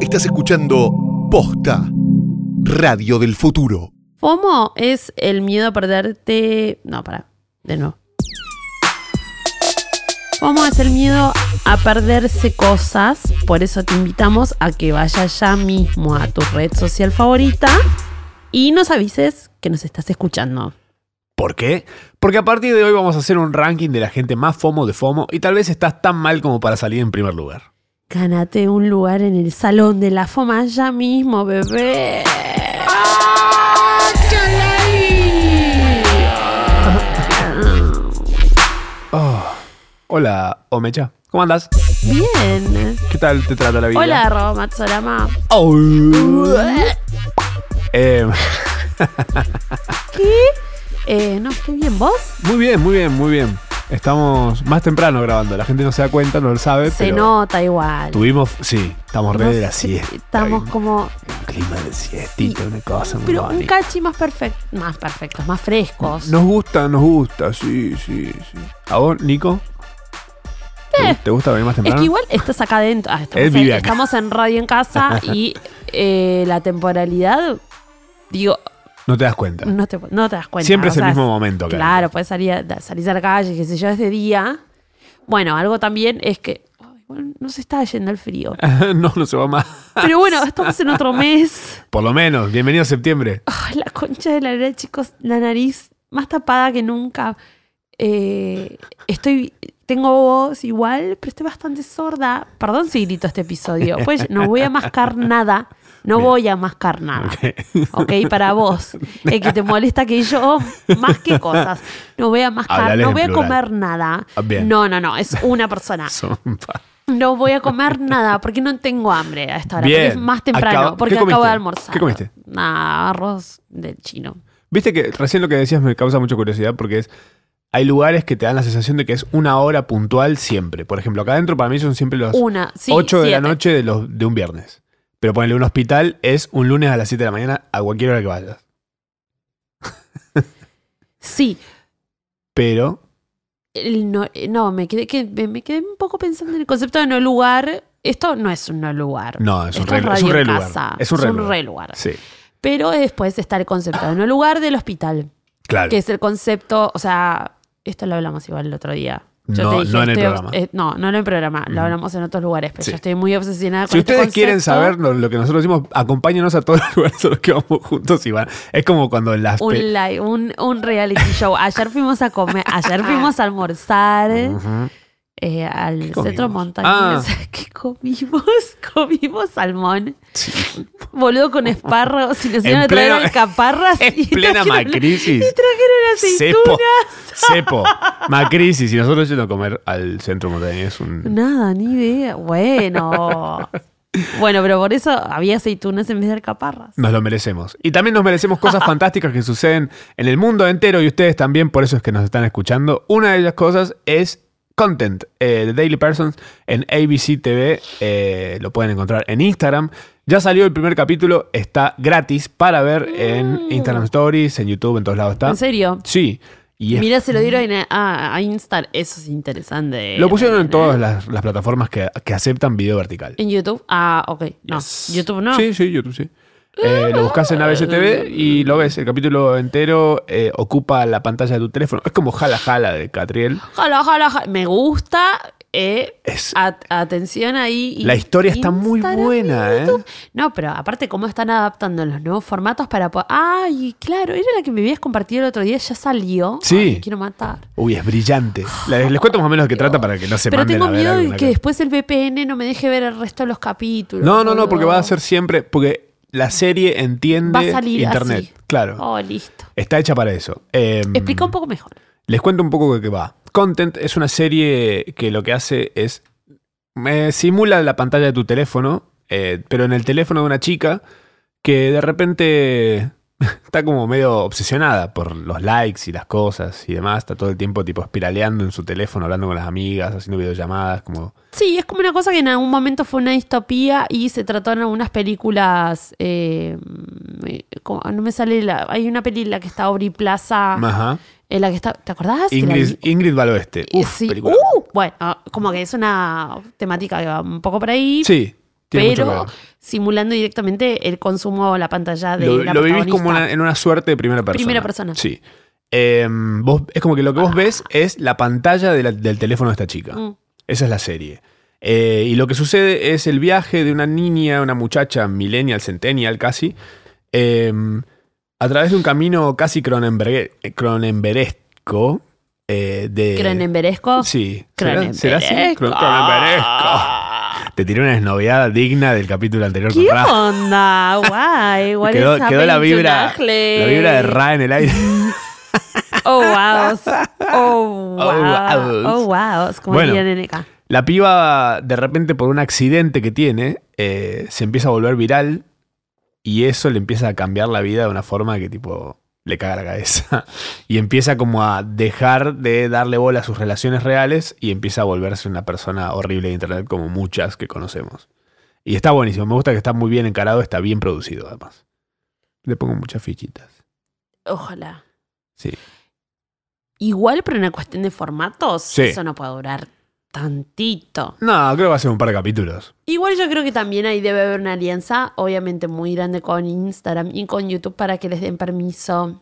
Estás escuchando Posta, Radio del Futuro. FOMO es el miedo a perderte. No, para, de nuevo. FOMO es el miedo a perderse cosas. Por eso te invitamos a que vayas ya mismo a tu red social favorita y nos avises que nos estás escuchando. ¿Por qué? Porque a partir de hoy vamos a hacer un ranking de la gente más FOMO de FOMO y tal vez estás tan mal como para salir en primer lugar. Gánate un lugar en el salón de la fama ya mismo, bebé. Oh. Hola, Omecha. ¿Cómo andas? Bien. ¿Qué tal te trata la vida? Hola, arroba Matsorama. Oh. Eh, ¿Qué? Eh, no, estoy bien. ¿Vos? muy bien, muy bien, muy bien. Estamos más temprano grabando. La gente no se da cuenta, no lo sabe. Se Eh, pero nota igual. Tuvimos, sí, estamos re No de la sé, siesta. Estamos ¿viste? como. Un clima de siestita, Sí, una cosa muy Pero un bonita. cachi más perfecto. Más perfectos, más frescos. Nos gusta, nos gusta, sí, sí, sí. ¿A vos, Nico? ¿Te, te gusta venir más Eh. Es temprano? que igual estás acá adentro. Ah, estamos, Él vive en, acá. estamos en radio en casa y eh, la temporalidad, digo, No te das cuenta. no te, no te das cuenta. Siempre o es el sea, mismo momento. acá. Claro, puedes salir a, salís a la calle, qué sé yo, es de día. Bueno, algo también es que ay, bueno, no se está yendo el frío. no, no se va más. Pero bueno, estamos en otro mes. Por lo menos, bienvenido a septiembre. Ay, la concha de la nariz, chicos, la nariz más tapada que nunca. Eh, estoy, tengo voz igual, pero estoy bastante sorda. Perdón si grito este episodio. Pues no voy a mascar nada. No Bien. voy a mascar nada. Ok, para vos. El que te molesta que yo, más que cosas. No voy a mascar, Hablales no en voy a plural. comer nada. Ah, bien. No, no, no, es una persona. Son pa- No voy a comer nada porque no tengo hambre a esta hora. porque Bien. es más temprano, Acaba- porque ¿Qué acabo comiste? de almorzar. ¿Qué comiste? Nah, arroz del chino. Viste que recién lo que decías me causa mucha curiosidad porque es. Hay lugares que te dan la sensación de que es una hora puntual siempre. Por ejemplo, acá adentro para mí son siempre las 8 Una, Uh, sí, de la siete. noche de, los, de un viernes. Pero ponerle un hospital es un lunes a las 7 de la mañana a cualquier hora que vayas. Sí. Pero El no, eh, no, me quedé, que- me, me quedé un poco pensando en el concepto de no lugar. Esto no es un no lugar. no, es un, Esto re, es un radio re en lugar. casa. Es un re lugar. lugar. Sí, Pero después está el concepto de no lugar del hospital, claro. que es el concepto, o sea, esto lo hablamos igual el otro día. Yo No, te dije, no en el estoy obs- programa. eh, no, no en el programa, Ujú. lo hablamos en otros lugares, pero Sí. yo estoy muy obsesionada con Si este ustedes quieren concepto. saber lo, lo que nosotros decimos, acompáñenos a todos los lugares a los que vamos juntos y van. Es como cuando en las... un pe- live, un, un reality show. Ayer fuimos a comer, ayer fuimos a almorzar Ujú. eh, al comimos? Ah. centro montañés. ¿Qué comimos? Comimos salmón. Boludo con esparros y nos iban a traer pleno- alcaparras. en y plena trajeron- macrisis. Y trajeron Cepo. aceitunas. Cepo. Macrisis. Y nosotros yendo a comer al centro montañés. Un... Nada, ni idea. Bueno. bueno, pero por eso había aceitunas en vez de alcaparras. Nos lo merecemos. Y también nos merecemos cosas fantásticas que suceden en el mundo entero y ustedes también, por eso es que nos están escuchando. Una de ellas cosas es Content eh, de Daily Persons en ABC TV. eh, lo pueden encontrar en Instagram. Ya salió el primer capítulo, está gratis para ver en Mm. Instagram Stories, en YouTube, en todos lados está. ¿En serio? Sí. Y es- Mira, se lo dieron a, a, a Instar. Eso es interesante. lo pusieron en Eh, todas las, las plataformas que, que aceptan video vertical. ¿En YouTube? Ah, ok. No. Yes. YouTube no. Sí, sí, YouTube sí. Eh, lo buscas en ABC TV y lo ves. El capítulo entero eh, ocupa la pantalla de tu teléfono. Es como Jala Jala de Catriel. Jala, jala, jala. Me gusta. Eh, Es, At- atención ahí. y- la historia está muy Instagram y buena, ¿eh? YouTube. No, pero aparte, cómo están adaptando los nuevos formatos para. po- Ay, claro, era la que me habías compartido el otro día, ya salió. Sí. Ay, me quiero matar. Uy, es brillante. Les, les cuento más o menos de qué trata para que no se pero manden tengo a ver miedo de alguna que cosa. después el VPN no me deje ver el resto de los capítulos. No, no, no, porque boludo. va a ser siempre. Porque la serie entiende Va a salir Internet. así. Claro. Oh, listo. Está hecha para eso. Eh, Explica un poco mejor. Les cuento un poco de qué va. Content es una serie que lo que hace es. eh, simula la pantalla de tu teléfono, eh, pero en el teléfono de una chica que de repente está como medio obsesionada por los likes y las cosas y demás. Está todo el tiempo tipo espiraleando en su teléfono, hablando con las amigas, haciendo videollamadas, como. Sí, es como una cosa que en algún momento fue una distopía y se trató en algunas películas. eh, eh, como- no me sale la. Hay una peli en la que está Aubrey Plaza. Ajá. en la que está. ¿Te acordás? Que la Ingrid, vi- eh, Ingrid Baloeste. Uf, sí. ah, película. Uh, bueno, como que es una temática que va un poco por ahí. Sí. Tiene mucho pero que ver. simulando directamente el consumo o la pantalla de Lo, la lo vivís como protagonista. una- en una suerte de primera persona. Primera persona. Sí. Eh, vos- es como que lo que vos ves es la pantalla de la- del teléfono de esta chica. Mm. Esa es la serie. Eh, y lo que sucede es el viaje de una niña, una muchacha millennial, centennial casi, eh, a través de un camino casi cronenbergue- cronenberesco. eh, Mm, de, Cronenberezco. Sí. ¿Será, Cronenberezco. será así? Cron- Cronenberesco. Te tiré una desnoviada digna del capítulo anterior ¿Qué con Ra. onda? Guay, what Quedó, is quedó la happening vibra, to Nagle? la vibra de Ra en el aire. Oh, wow. Oh, wow. wow. Oh, wow. Como Bueno. diría NNK. La piba, de repente, por un accidente que tiene, eh, se empieza a volver viral y eso le empieza a cambiar la vida de una forma que, tipo, le caga la cabeza. Y empieza como a dejar de darle bola a sus relaciones reales y empieza a volverse una persona horrible de internet como muchas que conocemos. Y está buenísimo, me gusta que está muy bien encarado, está bien producido además. Le pongo muchas fichitas. Ojalá. Sí. Igual, pero una cuestión de formatos, Sí. eso no puede durar tantito. No, creo que va a ser un par de capítulos. Igual yo creo que también ahí debe haber una alianza, obviamente muy grande con Instagram y con YouTube para que les den permiso.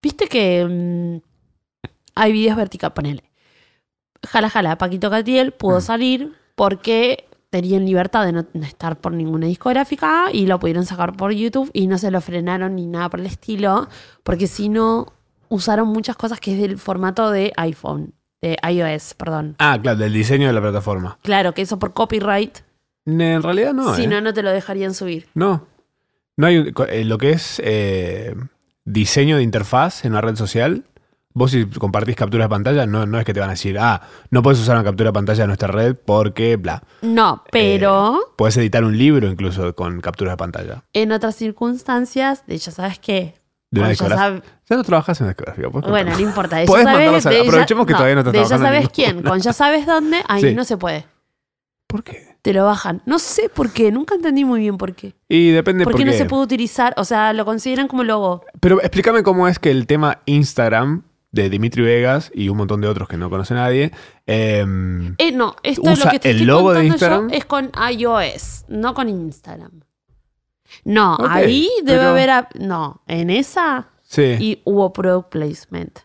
Viste que mm, hay videos verticales, ponele. Jala, jala, Paquito Catiel pudo Mm. salir porque tenían libertad de no, no estar por ninguna discográfica y lo pudieron sacar por YouTube y no se lo frenaron ni nada por el estilo, porque si no, usaron muchas cosas que es del formato de iPhone, de iOS, perdón. Ah, claro, del diseño de la plataforma. Claro, que eso por copyright En realidad no. si ¿eh? no, no te lo dejarían subir. No. No hay un- co- eh, lo que es eh, diseño de interfaz en una red social. Vos si compartís captura de pantalla, no, no es que te van a decir, ah, no puedes usar una captura de pantalla de nuestra red porque bla. No, pero Puedes editar un libro incluso con capturas de pantalla. en otras circunstancias, de ya sabes qué. Eh. De una Bueno, ya, discográfica. sab- Ya no trabajas en una discográfica. podés bueno, no contarlo. importa. de ya Podés sabes- mandarlos a- de ya- aprovechemos que todavía no está De ya trabajando sabes ninguna. quién, con ya sabes dónde, ahí Sí. no se puede. ¿Por qué? Te lo bajan. No sé por qué, nunca entendí muy bien por qué. Y depende ¿Por por qué no qué. se puede utilizar? O sea, lo consideran como logo. Pero explícame cómo es que el tema Instagram de Dimitri Vegas y un montón de otros que no conoce nadie. em, Eh, no, esto es lo ¿Usa que te el estoy logo de contando Instagram? yo es con iOS, no con Instagram. No, Ok, ahí debe pero- haber... a- no, en esa sí. y hubo product placement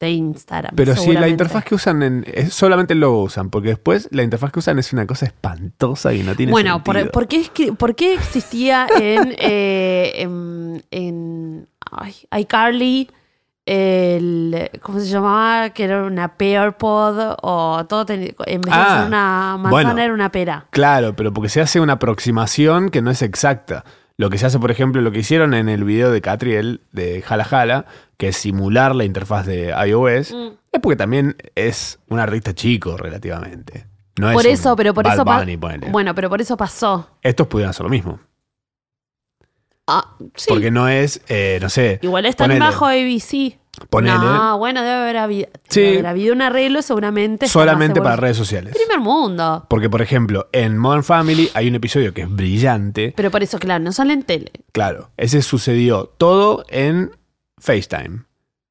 de Instagram. Pero si la seguramente. interfaz que usan en, es solamente el logo usan, porque después la interfaz que usan es una cosa espantosa y no tiene Bueno, sentido. por, ¿por qué, es que- por qué existía en, eh, en, en- ay, iCarly el. ¿Cómo se llamaba? Que era una pear pod o todo. ten- en vez de Ah, ser una manzana, bueno. era una pera. Claro, pero porque se hace una aproximación que no es exacta. Lo que se hace, por ejemplo, lo que hicieron en el video de Catriel de Jala Jala, que es simular la interfaz de iOS, Mm. es porque también es un artista chico relativamente. No es por un eso, pero por Bad eso. pa- Bunny, ponele. bueno, pero por eso pasó. Estos pudieron hacer lo mismo. Ah, sí. Porque no es, eh, no sé, Igual está ponele. bajo ABC. ponele No, bueno, debe haber habido, debe Sí. haber habido un arreglo seguramente. está más solamente para evolucionado. redes sociales. Primer mundo. Porque, por ejemplo, en Modern Family hay un episodio que es brillante. Pero por eso, claro, no sale en tele. Claro, ese sucedió todo en FaceTime.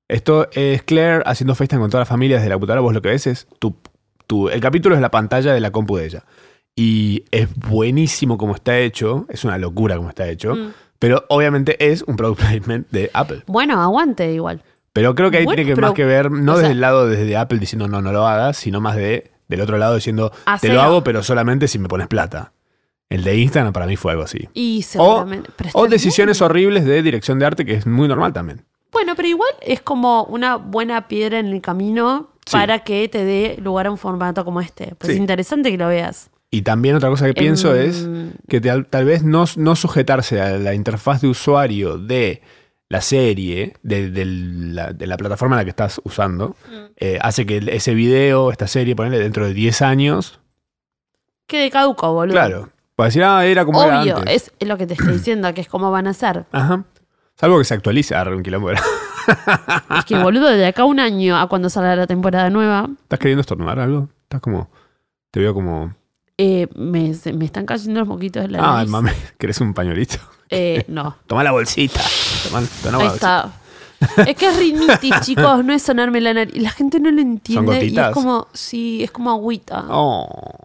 Esto es Claire haciendo FaceTime con toda la familia desde la computadora. Vos lo que ves es tu, tu- el capítulo es la pantalla de la compu de ella. Y es buenísimo como está hecho. Es una locura como está hecho. Mm. Pero obviamente es un product placement de Apple. Bueno, aguante igual. Pero creo que ahí Bueno, tiene que pero- más que ver, no o desde sea- el lado desde Apple diciendo no, no lo hagas, sino más de del otro lado diciendo te Hacelo. lo hago, pero solamente si me pones plata. El de Instagram para mí fue algo así. Y seguramente. pero está O bien. decisiones horribles de dirección de arte, que es muy normal también. Bueno, pero igual es como una buena piedra en el camino Sí. para que te dé lugar a un formato como este. Pues Sí. es interesante que lo veas. Y también otra cosa que pienso Em, es que tal, tal vez no, no sujetarse a la interfaz de usuario de la serie, de, de la, de la plataforma en la que estás usando, eh, hace que ese video, esta serie, ponerle dentro de 10 años, Quede caduco, boludo. claro, para decir, ah, era como era Obvio, antes. es lo que te estoy diciendo, que es como van a ser. Ajá. Salvo que se actualice, ah, un quilombo. era. Es Ah. que, boludo, de acá a un año a cuando salga la temporada nueva, ¿Estás queriendo estornudar algo? Estás como... Te veo como... eh, me, se- me están cayendo los moquitos de la Ah, nariz. mami, ¿querés un pañuelito? Eh, no. Toma la bolsita. Toma, toma la Ahí bolsita. está. Es que es rinitis, chicos, no es sonarme la nariz. La gente no lo entiende. Y es gotitas? como, sí, es como agüita. Oh.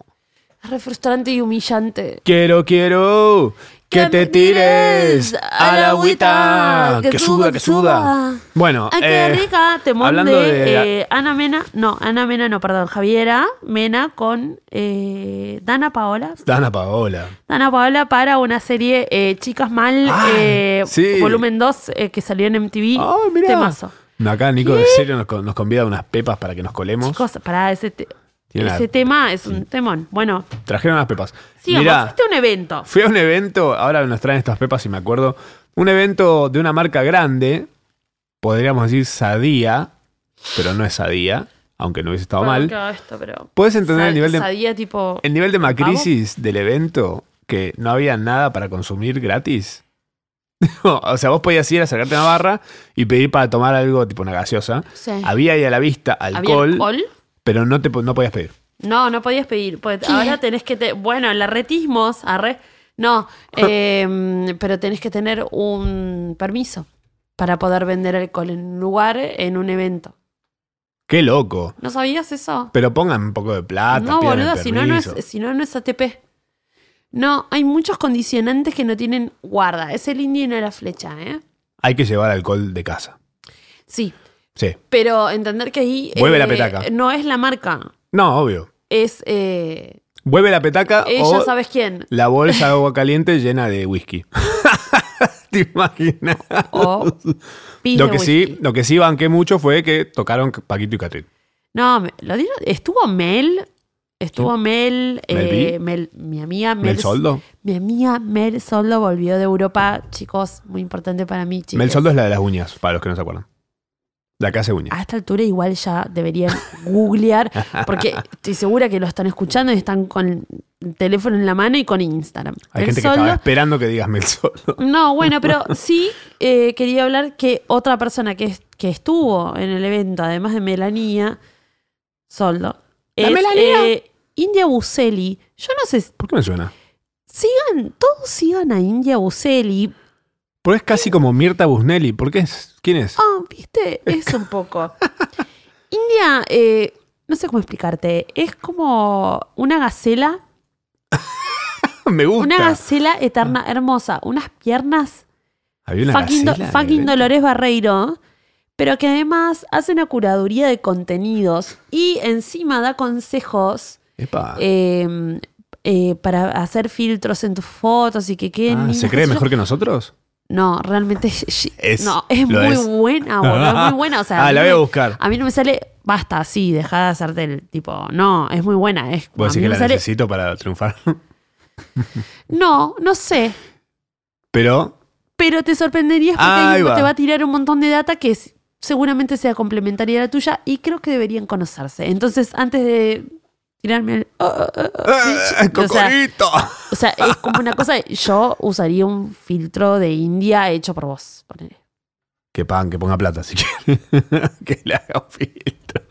Es re frustrante y humillante. Quiero, quiero que te tires a la agüita. Que suda, que suda. Bueno, Ay, qué eh, rica. Temón hablando de, de la- eh, Ana Mena. No, Ana Mena, no, perdón. Javiera Mena con eh, Dana Paola. Dana Paola. Dana Paola para una serie eh, Chicas Mal, Ay, eh, Ah, sí. volumen 2, eh, que salió en MTV. Ah, mirá. Temazo. Acá Nico de serio nos, con- nos convida unas pepas para que nos colemos. Chicos, para ese, te- Tiene ese la- tema es un temón. Bueno, Trajeron unas pepas. sigamos. Mirá, Este es un evento. fui a un evento, ahora nos traen estas pepas si me acuerdo. Un evento de una marca grande, podríamos decir Sadía, pero no es Sadía, aunque no hubiese estado Perdón mal. que haga esto, pero- ¿Puedes entender el Sal- nivel de sadía, tipo. el nivel de macrisis del evento? Que no había nada para consumir gratis. o sea, vos podías ir a sacarte una barra y pedir para tomar algo tipo una gaseosa. sí. Había ahí a la vista ¿Había alcohol, alcohol? pero no te po- no podías pedir. No, no podías pedir. Pues ahora tenés que. te- bueno, en la retismos, arre. No, eh, pero tenés que tener un permiso para poder vender alcohol en un lugar, en un evento. Qué loco. ¿No sabías eso? Pero pongan un poco de plata. no, pidan Ah, el boludo, si no, no es, permiso. si no, no es ATP. No, hay muchos condicionantes que no tienen guarda. Es el indio y no la flecha, ¿eh? Hay que llevar alcohol de casa. Sí, Sí. pero entender que ahí. Vuelve la eh, petaca. No es la marca, No, obvio. es. Eh, Vuelve la petaca ella, Ah, o ¿sabes quién? la bolsa de agua caliente llena de whisky. ¿Te imaginas? O. pis Lo de que, sí, whisky. lo que sí banqué mucho fue que tocaron Paquito y Catrín. No, me- lo dieron- estuvo Mel, estuvo Mel, ¿Mel eh, B? Mel- mi amiga Mel, Mel Soldo. Mi amiga Mel Soldo volvió de Europa, chicos, muy importante para mí, chicos. Mel Soldo es la de las uñas, para los que no se acuerdan. La que hace uñas. A esta altura igual ya deberían googlear, porque estoy segura que lo están escuchando y están con el teléfono en la mano y con Instagram. Hay Mel gente que Soldo- estaba esperando que digas Mel Soldo. No, bueno, pero sí eh, quería hablar que otra persona que, es- que estuvo en el evento, además de Melanía Soldo, ¿La es Melanía? eh, India Buscelli. Yo no sé, ¿Por qué me suena? sigan, todos sigan a India Buscelli. Porque es casi como Mirta Busnelli. ¿Por qué es? ¿Quién es? Ah, viste, es un poco. India, eh, no sé cómo explicarte, es como una gacela me gusta. Ah, Una gacela eterna, hermosa. Unas piernas Había una fucking, do- gacela en el fucking evento. Dolores Barreiro. Pero que además hace una curaduría de contenidos y encima da consejos Epa. eh, eh, para hacer filtros en tus fotos y que queden. Ah, lindas, ¿Se cree qué sé yo. mejor que nosotros? No, realmente es, es- Es, no, es lo muy es. buena, boludo, es muy buena. O sea, ah, a la mí voy a no- buscar. A mí no me sale, basta, sí, deja de hacerte el tipo, no, es muy buena. Es, a Voy a decir mí que me la sale- necesito para triunfar. No, no sé. Pero Pero te sorprenderías porque Ahí ahí va. te va a tirar un montón de data que es- seguramente sea complementaria a la tuya y creo que deberían conocerse. Entonces, antes de tirarme el... oh, oh, oh, oh, ¡Eh, bitch, o, sea, ¡Cocorito! o sea, es como una cosa, yo usaría un filtro de India hecho por vos. ponele. Que pan, que ponga plata, si quiere. que le haga un filtro.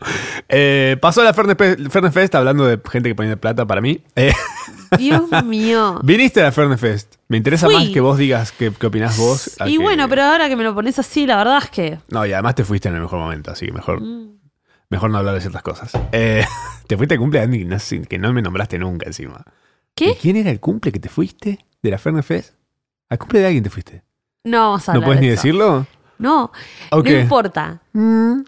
Eh, pasó la Fernes Pe- Fernes Fest, hablando de gente que ponía plata para mí. Eh, Dios mío. viniste a la Fernes Fest. Me interesa Fui. más que vos digas qué, qué opinás vos. a Y que- bueno, pero ahora que me lo pones así, la verdad es que... No, y además te fuiste en el mejor momento, así que mejor, mm, mejor no hablar de ciertas cosas. Eh, te fuiste al cumple de Andy Ignacio, que no me nombraste nunca encima. ¿Y ¿Qué? quién era el cumple que te fuiste de la Fernes Fest? ¿Al cumple de alguien te fuiste? No vamos a ¿No hablar puedes de ni eso. decirlo? No, Ok. no importa. Mm,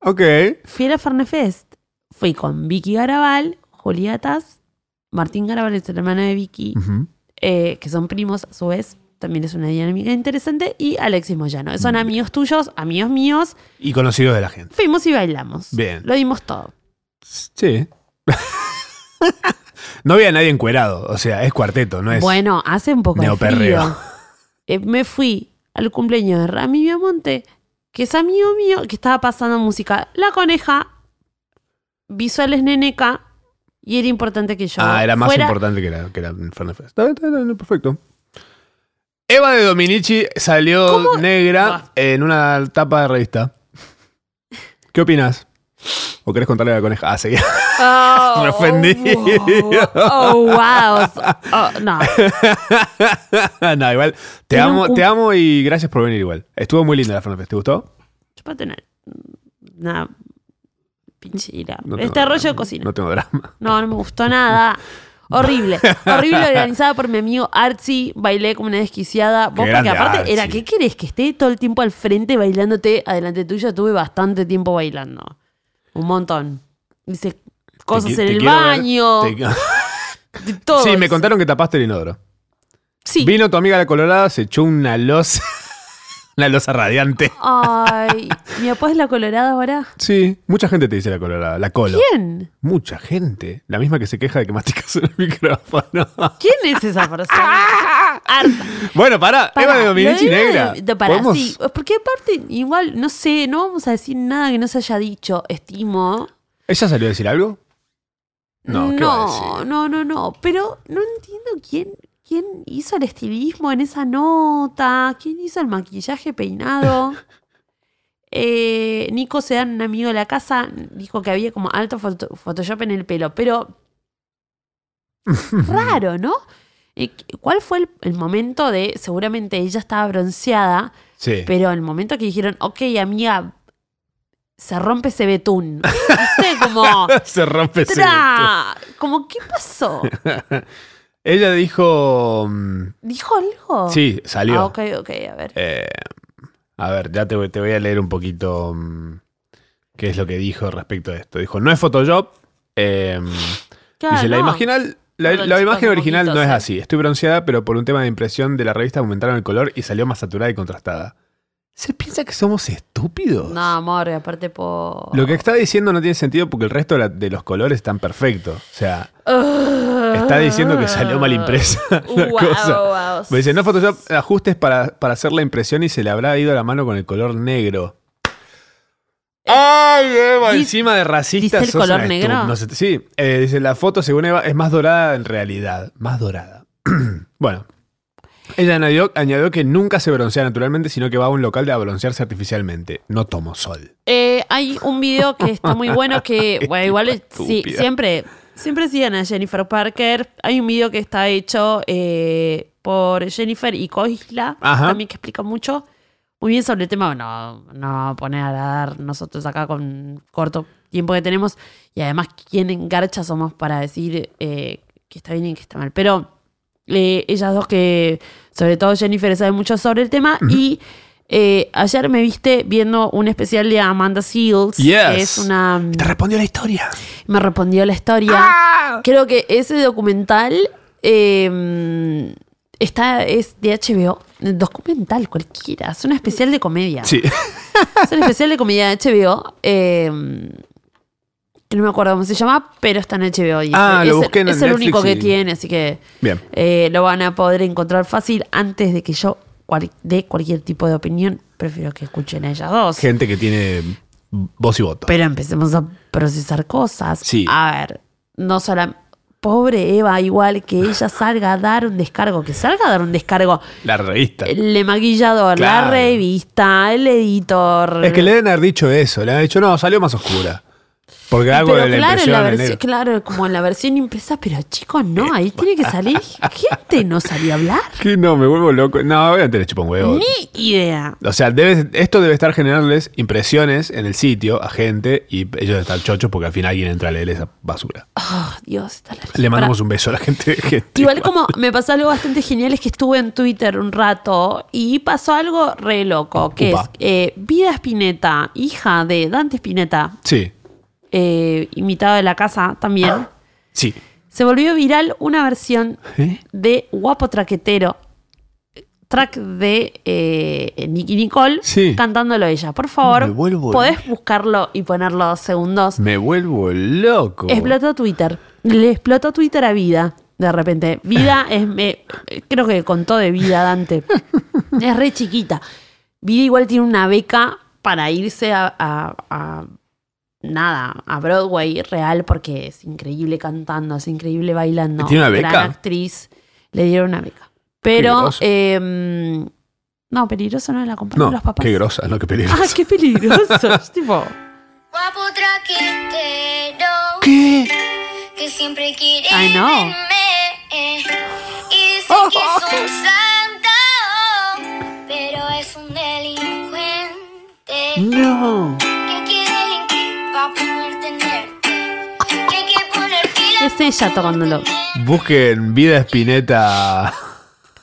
ok. Fui a la Farnefest. Fui con Vicky Garabal, Juliatas, Martín Garabal es el hermano de Vicky, Ujú. eh, que son primos a su vez. También es una dinámica interesante. Y Alexis Moyano. Mm. Son amigos tuyos, amigos míos. Y conocidos de la gente. Fuimos y bailamos. Bien. Lo dimos todo. Sí. no había nadie encuerado. O sea, es cuarteto, no es. Bueno, hace un poco de Neoperreo. frío. Eh, me fui al cumpleaños de Rami Viamonte, que es amigo mío, que estaba pasando música. La coneja, visuales neneca, y era importante que yo ah, era más fuera importante que la, que la Fernet Fest. Está bien, está bien, está bien, perfecto. Eva de Dominici salió ¿Cómo? negra Ah. en una tapa de revista. ¿Qué opinas? ¿O querés contarle a la coneja? Ah, seguí. Oh, Me ofendí. wow. Oh, wow. Oh, no. no, igual. Te Era un amo, cum- te amo y gracias por venir igual. Estuvo muy linda la Fernet Fest. ¿Te gustó? Chupate una, una pinche ira. No tengo este rollo de drama. cocina. No tengo drama. No, no me gustó nada. Horrible. Horrible organizada por mi amigo Artsy. Bailé como una desquiciada. Vos, porque grande aparte Artsy. era, ¿qué querés? Que esté todo el tiempo al frente bailándote adelante tuyo. Tuve bastante tiempo bailando. Un montón. Dice cosas Te qui- en te el quiero ver- baño. te- de todo. sí, me hice. contaron que tapaste el inodoro. Sí. Vino tu amiga la colorada, se echó una losa. una losa radiante. Ay, mi papá es la colorada ahora. Sí, mucha gente te dice la colorada, la colo. ¿Quién? Mucha gente. La misma que se queja de que masticas el micrófono. ¿Quién es esa persona? Harta. bueno, pará, Pará, Eva de Dominici lo de Eva Negra. de- de- pará, ¿Podemos- sí, porque aparte, igual, no sé, no vamos a decir nada que no se haya dicho, estimo. ¿Ella salió a decir algo? No, ¿qué va a no, decir? no, no, no. Pero no entiendo quién, quién hizo el estilismo en esa nota, quién hizo el maquillaje peinado. Eh, Nico se un amigo de la casa, dijo que había como alto foto- Photoshop en el pelo, pero raro, ¿no? Eh, ¿Cuál fue el- el momento de, seguramente ella estaba bronceada, Sí. pero el momento que dijeron, ok, amiga, se rompe ese betún. ¿Viste? Como, se rompe ese grito. tra, como, ¿qué pasó? Ella dijo. mm, ¿Dijo algo? Sí, salió. Ah, ok, ok, a ver. Eh, a ver, ya te, voy- te voy a leer un poquito mm, qué es lo que dijo respecto a esto. Dijo, no es Photoshop. eh, Claro, dice, la, Ah, no. imaginal- la, Pero la chicos, imagen un original poquito, no es sí. así. Estoy bronceada, pero por un tema de impresión de la revista aumentaron el color y salió más saturada y contrastada. ¿Se piensa que somos estúpidos? No, amor, y aparte por... Lo que está diciendo no tiene sentido porque el resto de, la- de los colores están perfectos. O sea, está Está diciendo que salió mal impresa la cosa. Me dice, no Photoshop, ajustes para, para hacer la impresión y se le habrá ido la mano con el color negro. ¡Ay, Eva! Di- Encima de racista. ¿dice el sos una color estu- negro? no sé- sí, eh, dice, la foto según Eva es más dorada en realidad. Más dorada. bueno. Ella añadió, añadió que nunca se broncea naturalmente, sino que va a un local a broncearse artificialmente. No tomo sol. Eh, hay un video que está muy bueno que, bueno, igual sí, Estúpida. siempre, siempre sigan a Jennifer Parker. Hay un video que está hecho eh, por Jennifer y Coisla, Ajá. también que explica mucho. Muy bien sobre el tema, bueno, no vamos a poner a dar nosotros acá con corto tiempo que tenemos. Y además, quién engarcha somos para decir eh, que está bien y que está mal. Pero eh, ellas dos que, sobre todo Jennifer, sabe mucho sobre el tema. Y eh, ayer me viste viendo un especial de Amanda Seals. Yes. que es una... Te respondió la historia. Me respondió la historia. Creo que ese documental eh, está, es de HBO. Documental cualquiera. Es un especial de comedia. Sí. Es un especial de comedia de HBO. eh, que no me acuerdo cómo se llama, pero está en HBO. y Ah, es, lo es el- busqué en es el Netflix único que y- tiene, así que Bien. eh, lo van a poder encontrar fácil antes de que yo cual- dé cualquier tipo de opinión. Prefiero que escuchen a ellas dos. Gente que tiene voz y voto. Pero empecemos a procesar cosas. Sí. A ver, no solamente. Pobre Eva, igual que ella salga a dar un descargo, que salga a dar un descargo. la revista. El maquillador, Claro. la revista, el editor. Es que le deben haber dicho eso. Le han dicho, no, salió más oscura. Porque algo Pero de la claro, en impresión la Eh, en versión- negro. claro, como en la versión impresa, pero chicos, no, ahí tiene que salir gente, no salió a hablar. Que no, me vuelvo loco. No, obviamente le chupa un huevo. Ni idea. O sea, debe- esto debe estar generándoles impresiones en el sitio a gente y ellos están chochos porque al final alguien entra a leer esa basura. Oh, Dios, está la Le mandamos un beso a la gente. que- Igual como me pasó algo bastante genial es que estuve en Twitter un rato y pasó algo re loco, que Upa. es eh, Vida Spinetta, hija de Dante Spinetta, Sí, eh, invitado de la casa Ah. también, sí. se volvió viral una versión ¿Eh? de Guapo Traquetero, track de eh, Nicky Nicole, Sí. cantándolo ella. Por Me favor, vuelvo podés buscarlo y ponerlo dos segundos. Me vuelvo loco. Explotó Twitter. Le explotó Twitter a vida. De repente. Vida es. me- creo que contó de vida Dante. Es re chiquita. Vida igual tiene una beca para irse a. a- a- nada, a Broadway real, porque es increíble cantando, es increíble bailando. ¿Tiene una beca? Gran actriz. Le dieron una beca. Pero. groso. eh, no, peligroso no es la compañía no, de los papás. qué grosa, no, qué peligroso. Ah, qué peligroso. Es tipo. Guapo traquetero ¿Qué? que siempre quiere I know. Oh. verme. Y dice que es un santo, pero es un Mm. delincuente No. que quiere para poder tenerte. Que hay que poner fila es ella tocándolo. Busquen Vida Espineta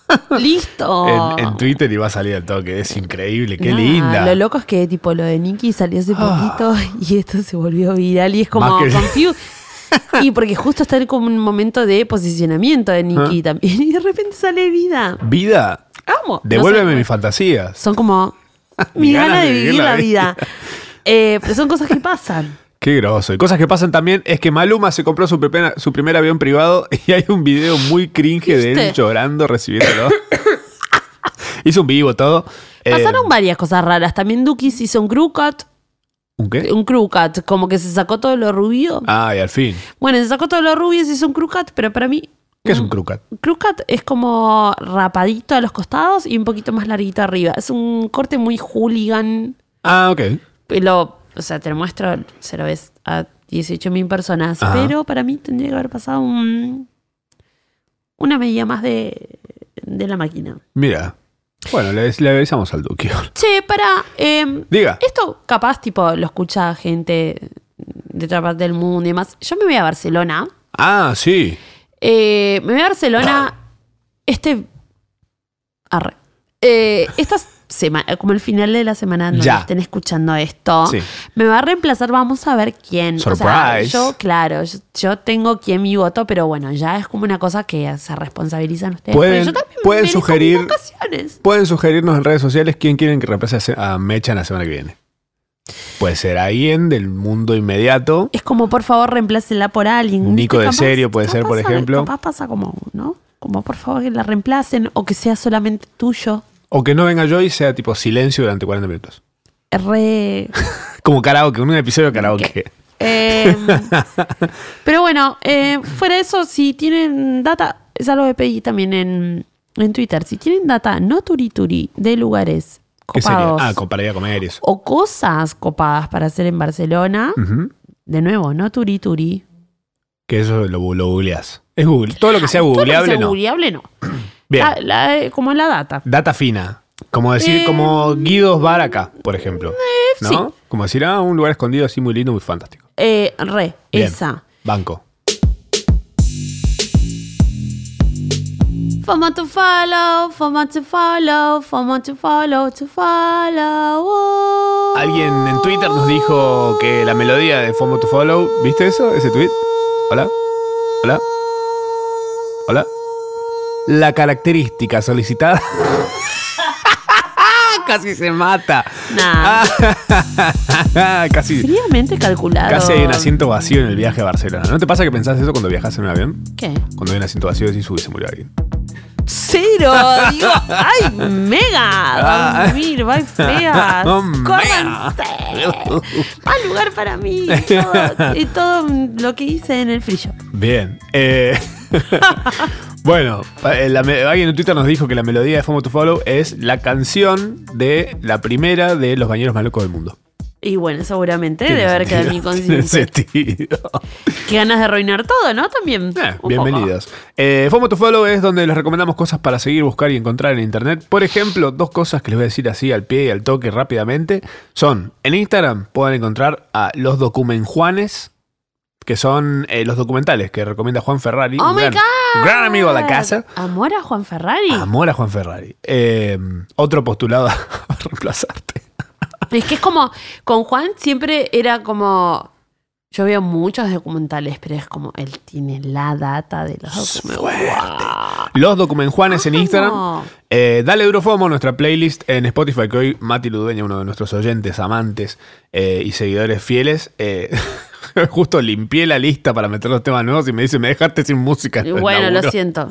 Listo. Oh. en, en Twitter y va a salir al toque. Es increíble, qué Nada, linda. Lo loco es que tipo lo de Nicky salió hace Ah. poquito y esto se volvió viral y es como Más que- confuse. Y porque justo está como un momento de posicionamiento de Nicky Ah. también y de repente sale vida. Vida, Amo. no devuélveme sé. mis fantasías. Son como mi gana de vivir la vida. Eh, pero son cosas que pasan. Qué groso. Y cosas que pasan también es que Maluma se compró su, primer- su primer avión privado y hay un video muy cringe de él ¿Viste? llorando recibiéndolo. Hizo un vivo todo. Eh, Pasaron varias cosas raras. También Dukis hizo un crew cut, ¿Un qué? un crew cut, como que se sacó todo lo rubio. Ay, al fin. Bueno, se sacó todo lo rubio y se hizo un crew cut, pero para mí ¿Qué es un crucat? Crewcut es como rapadito a los costados y un poquito más larguito arriba. Es un corte muy hooligan. Ah, ok. Pero, o sea, te lo muestro, se lo ves a 18.000 personas. Ajá. Pero para mí tendría que haber pasado un- una medida más de, de la máquina. Mira. Bueno, le, le avisamos al Duque. Che, para. em, Diga. esto capaz, tipo, lo escucha gente de otra parte del mundo y demás. Yo me voy a Barcelona. Ah, sí. Eh, me voy a Barcelona este. Arre. Eh, esta semana, como el final de la semana donde Ya. estén escuchando esto, Sí. me va a reemplazar. Vamos a ver quién. O sea, Surprise. yo, claro, yo, yo tengo quién mi voto, pero bueno, ya es como una cosa que se responsabilizan ustedes. Pueden- Porque yo también pueden merezco mis sugerir- vacaciones. Pueden sugerirnos en redes sociales quién quieren que reemplace a a Mecha en la semana que viene. Puede ser alguien del mundo inmediato. Es como, por favor, reemplácenla por alguien. Nico ¿Viste? de Capaz- Serio puede ser, capaz por a- ejemplo. Capaz pasa como, ¿no? Como, por favor, que la reemplacen o que sea solamente tuyo. O que no venga yo y sea tipo silencio durante 40 minutos. Re. Como karaoke, un episodio de karaoke. Eh, pero bueno, eh, fuera de eso, si tienen data, ya lo pedí también en, en Twitter, si tienen data no turituri de lugares ¿Qué sería? copados Ah, con para ir a comer y eso. o cosas copadas para hacer en Barcelona, Ujú. de nuevo, no turituri. Que eso lo, lo googleás. Es Google. Todo lo que sea Todo lo que sea googleable, no. googleable, no. Bien. La- la- eh, como la data. Data fina. Como decir, Eh, como Guidos Baraca, por ejemplo. ¿No? sí. Como decir, ah, un lugar escondido así muy lindo, muy fantástico. Eh, re, Bien. esa. Banco. FOMO to follow, FOMO to follow, FOMO to follow, to follow. oh. Alguien en Twitter nos dijo que la melodía de FOMO to Follow, ¿viste eso? Ese tweet. Hola. Hola. Hola. La característica solicitada. Casi se mata. Nah. Ah. Casi. Fríamente calculado. Casi hay un asiento vacío en el viaje a Barcelona. ¿No te pasa que pensás eso cuando viajas en un avión? ¿Qué? Cuando hay un asiento vacío decís, uy, se murió alguien. Cero. Digo, ay, Ah. mega. Dormir, va feas. Oh, Córranse. Mal lugar para mí. Y todo, y todo lo que hice en el frío. Bien. eh, bueno, eh, la me- alguien en Twitter nos dijo que la melodía de FOMO to Follow es la canción de la primera de Los Bañeros Malucos del Mundo. Y bueno, seguramente Tiene debe haber quedado en mi sentido, tiene conciencia. sentido. Qué ganas de arruinar todo, ¿no? También. Eh, Un bienvenidos. Eh, FOMO to Follow es donde les recomendamos cosas para seguir, buscar y encontrar en internet. Por ejemplo, dos cosas que les voy a decir así al pie y al toque rápidamente son: en Instagram pueden encontrar a los documenjuanes, que son eh, los documentales que recomienda Juan Ferrari, poco. Oh un my gran- God. gran amigo de la casa. Ah, Amor a Juan Ferrari. Amor a Juan Ferrari. Eh, otro postulado a reemplazarte. Es que es como, con Juan siempre era como, yo veo muchos documentales, pero es como, él tiene la data de los documentales. Guau. Los documenjuanes en Amo. Instagram. Eh, dale Eurofomo, nuestra playlist en Spotify, que hoy Mati Ludueña, uno de nuestros oyentes, amantes eh, y seguidores fieles, eh, justo limpié la lista para meter los temas nuevos y me dice, me dejaste sin música. en Y el bueno, laburo". lo siento.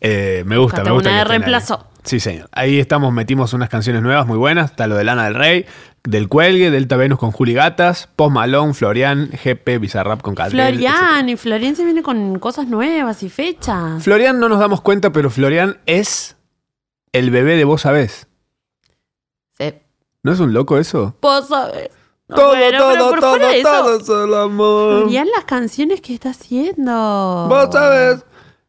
Eh, me gusta, Buscate una me gusta. que de estén ahí. reemplazo. Sí, señor. Ahí estamos, metimos unas canciones nuevas muy buenas. Está lo de Lana del Rey, Del Cuelgue, Delta Venus con Juli Gatas, Post Malone, Florian, GP, Bizarrap con Cadel. Florian, y Florian se viene con cosas nuevas y fechas. Florian no nos damos cuenta, pero Florian es el bebé de vos sabés. Sí. ¿No es un loco eso? Vos sabés. todo, eh, Bueno, pero todo, por todo, fuera de eso, todo es el amor. Florian las canciones que está haciendo. Vos sabés,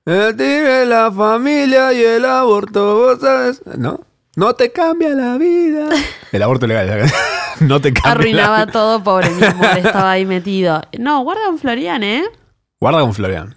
el tigre, la familia y el aborto, vos sabés. ¿No? No te cambia la vida. El aborto legal. No te cambia la Arruinaba vida. todo, pobre mi amor, estaba ahí metido. No, guarda un Florian, ¿eh? Guarda con Florian.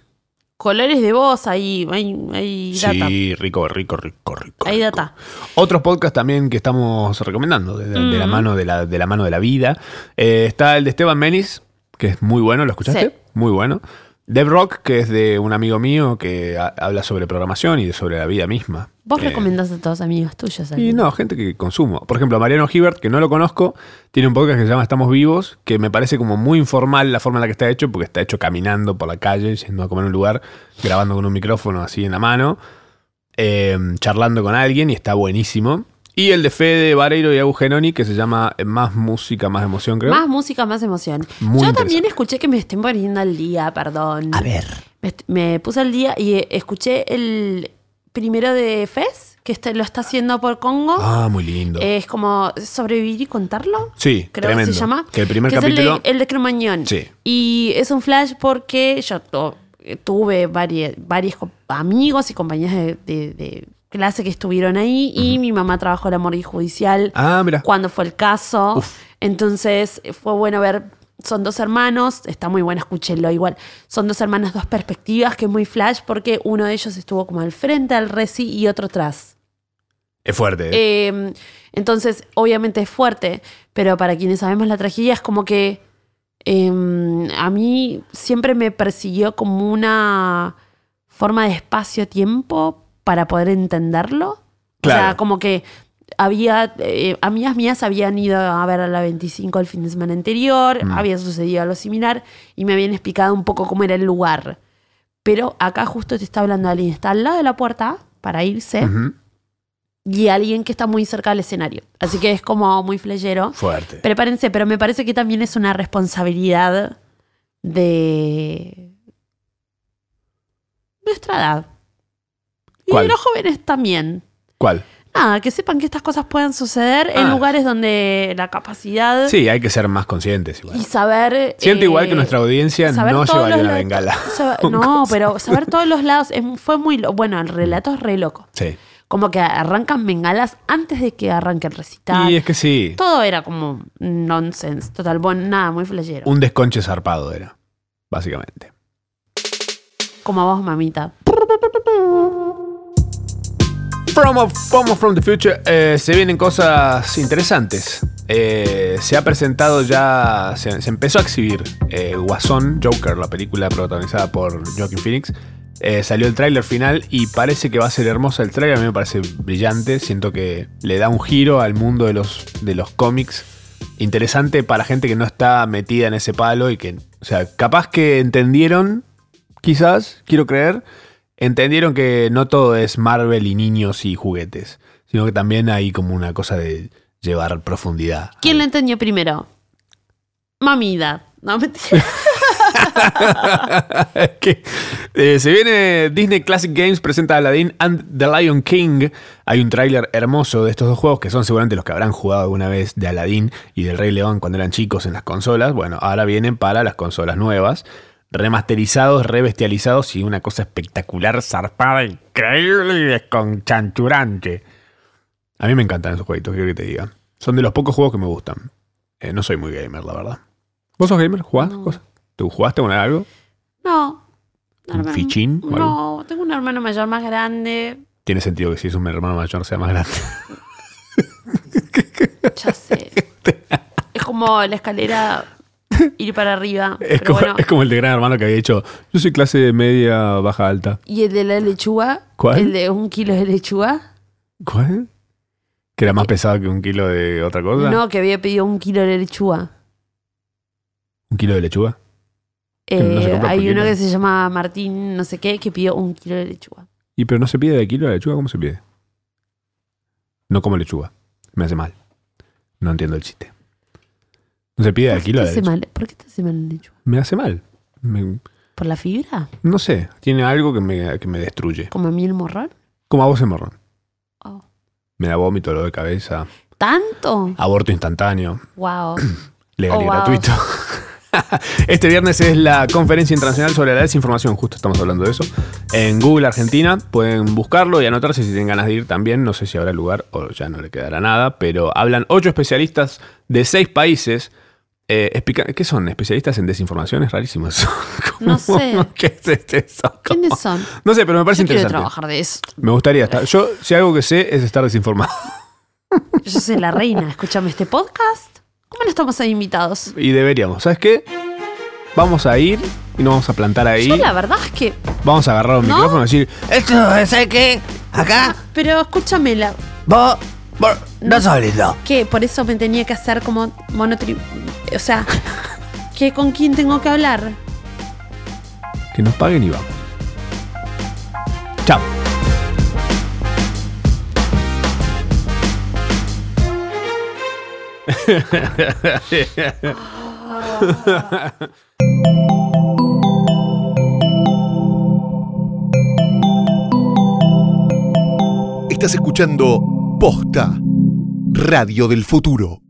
Colores de voz, ahí hay, hay data. Sí, rico, rico, rico, rico. hay rico. data. Otros podcasts también que estamos recomendando de, de- de la, Mm. mano de, la, de la mano de la vida. Eh, está el de Esteban Menis, que es muy bueno, ¿lo escuchaste? Sí. Muy bueno. Dev Rock, que es de un amigo mío que ha- habla sobre programación y sobre la vida misma. Vos Eh, recomendás a todos amigos tuyos. Y alguien. no, gente que consumo. Por ejemplo, Mariano Hibbert, que no lo conozco, tiene un podcast que se llama Estamos Vivos, que me parece como muy informal la forma en la que está hecho, porque está hecho caminando por la calle, yendo a comer a un lugar, grabando con un micrófono así en la mano, eh, charlando con alguien, y está buenísimo. Y el de Fede Vareiro y Abu Genoni, que se llama Más Música, Más Emoción, creo. Más música, más emoción. Muy Yo interesante. también escuché que me estén poniendo al día, perdón. ver. Me, est- me puse al día y eh, escuché el primero de Fez, que este lo está haciendo por Congo. Ah, muy lindo. Es como sobrevivir y contarlo. sí, creo tremendo. que se llama. Que el primer que es capítulo... el de, el de Cromañón. Sí. Y es un flash porque yo to- eh, tuve varias, varios co- amigos y compañías de, de- de clase que estuvieron ahí y mi mamá trabajó en la morgue judicial Ah, mira. cuando fue el caso. Uf. Entonces eh, fue bueno ver. Son dos hermanos, está muy bueno, escúchenlo igual. Son dos hermanos, dos perspectivas, que es muy flash, porque uno de ellos estuvo como al frente al Resi y otro atrás. Es fuerte. ¿eh? Eh, entonces, obviamente es fuerte, pero para quienes sabemos la tragedia es como que eh, a mí siempre me persiguió como una forma de espacio-tiempo para poder entenderlo. O sea, Claro. como que había, eh, amigas mías habían ido a ver a la 25 el fin de semana anterior, Mm. había sucedido algo similar y me habían explicado un poco cómo era el lugar. Pero acá justo te está hablando alguien, está al lado de la puerta para irse Ujú. y alguien que está muy cerca del escenario. Así que es como muy fleyero. Fuerte. Prepárense, pero me parece que también es una responsabilidad de nuestra edad. Y ¿Cuál? de los jóvenes también. ¿Cuál? Nada, que sepan que estas cosas pueden suceder Ah. en lugares donde la capacidad Sí, hay que ser más conscientes igual. y saber... Siento eh, igual que nuestra audiencia saber no todos llevaría los una lados- bengala. saber- no, pero saber todos los lados es- fue muy... lo- Bueno, el relato es re loco. Sí. Como que arrancan bengalas antes de que arranque el recital. Y es que sí, Todo era como nonsense, total, bueno, nada, muy flashero. un desconche zarpado era, básicamente. Como vos, mamita. From, of- from, of- from the Future eh, se vienen cosas interesantes. Eh, se ha presentado ya, se, se empezó a exhibir eh, Guasón, Joker, la película protagonizada por Joaquin Phoenix. Eh, salió el tráiler final y parece que va a ser hermosa el tráiler, a mí me parece brillante, siento que le da un giro al mundo de los, de los cómics interesante para gente que no está metida en ese palo y que, o sea, capaz que entendieron, quizás, quiero creer, entendieron que no todo es Marvel y niños y juguetes, sino que también hay como una cosa de llevar profundidad. ¿Quién lo entendió primero? Mamida. No, mentira. Que, eh, se viene Disney Classic Games presenta Aladdin and the Lion King. Hay un tráiler hermoso de estos dos juegos que son seguramente los que habrán jugado alguna vez de Aladdin y del Rey León cuando eran chicos en las consolas. Bueno, ahora vienen para las consolas nuevas, remasterizados, rebestializados y una cosa espectacular, zarpada, increíble y desconchanturante. A mí me encantan esos jueguitos, quiero que te diga. Son de los pocos juegos que me gustan. Eh, no soy muy gamer, la verdad. ¿Vos sos gamer? ¿Jugás? No. cosas? ¿Tú jugaste con algo? No. ¿Un fichín o algo? No, tengo un hermano mayor más grande. Tiene sentido que si es un hermano mayor sea más grande. Ya sé. es como la escalera ir para arriba. Es pero como, bueno. es como el de gran hermano que había dicho, yo soy clase media, baja, alta. ¿Y el de la lechuga? ¿Cuál? ¿El de un kilo de lechuga? ¿Cuál? Que era más pesado que un kilo de otra cosa. No, que había pedido un kilo de lechuga. Un kilo de lechuga. Que no se Eh, compra hay poquito. uno que se llama Martín, no sé qué, que pidió un kilo de lechuga. Y pero no se pide de kilo de lechuga, ¿cómo se pide? No como lechuga. Me hace mal. No entiendo el chiste. No se pide de ¿Por qué kilo te de hace lechuga. mal? ¿Por qué te hace mal la lechuga? Me hace mal. Me- ¿Por la fibra? no sé. Tiene algo que me, que me destruye. ¿Como a mí el morrón? Como a vos, en morrón. Oh. Me da vómito, dolor de cabeza, ¿Tanto? aborto instantáneo. Wow. Legal Oh, y wow. gratuito. Este viernes es la conferencia internacional sobre la desinformación, justo estamos hablando de eso. En Google Argentina pueden buscarlo y anotarse si tienen ganas de ir también. No sé si habrá lugar o ya no le quedará nada, pero hablan ocho especialistas de seis países eh, explica- ¿Qué son? ¿Especialistas en desinformación? Es rarísimo eso. No ¿Cómo? sé. ¿Qué es este eso? ¿Cómo? ¿Quiénes son? No sé, pero me parece Yo quiero interesante. trabajar de eso. Me gustaría estar. Yo, si algo que sé es estar desinformado. Yo soy la reina. Escúchame este podcast. ¿Cómo no estamos ahí invitados? Y deberíamos. ¿Sabes qué? Vamos a ir y nos vamos a plantar ahí. Yo la verdad es que. Vamos a agarrar un ¿No? micrófono y decir: Esto es que acá Pero escúchame, la, vos, vos no sos lindo. que por eso me tenía que hacer como monotri. O sea, que con quién tengo que hablar. que nos paguen y vamos. Chao. Estás escuchando Posta Radio del Futuro.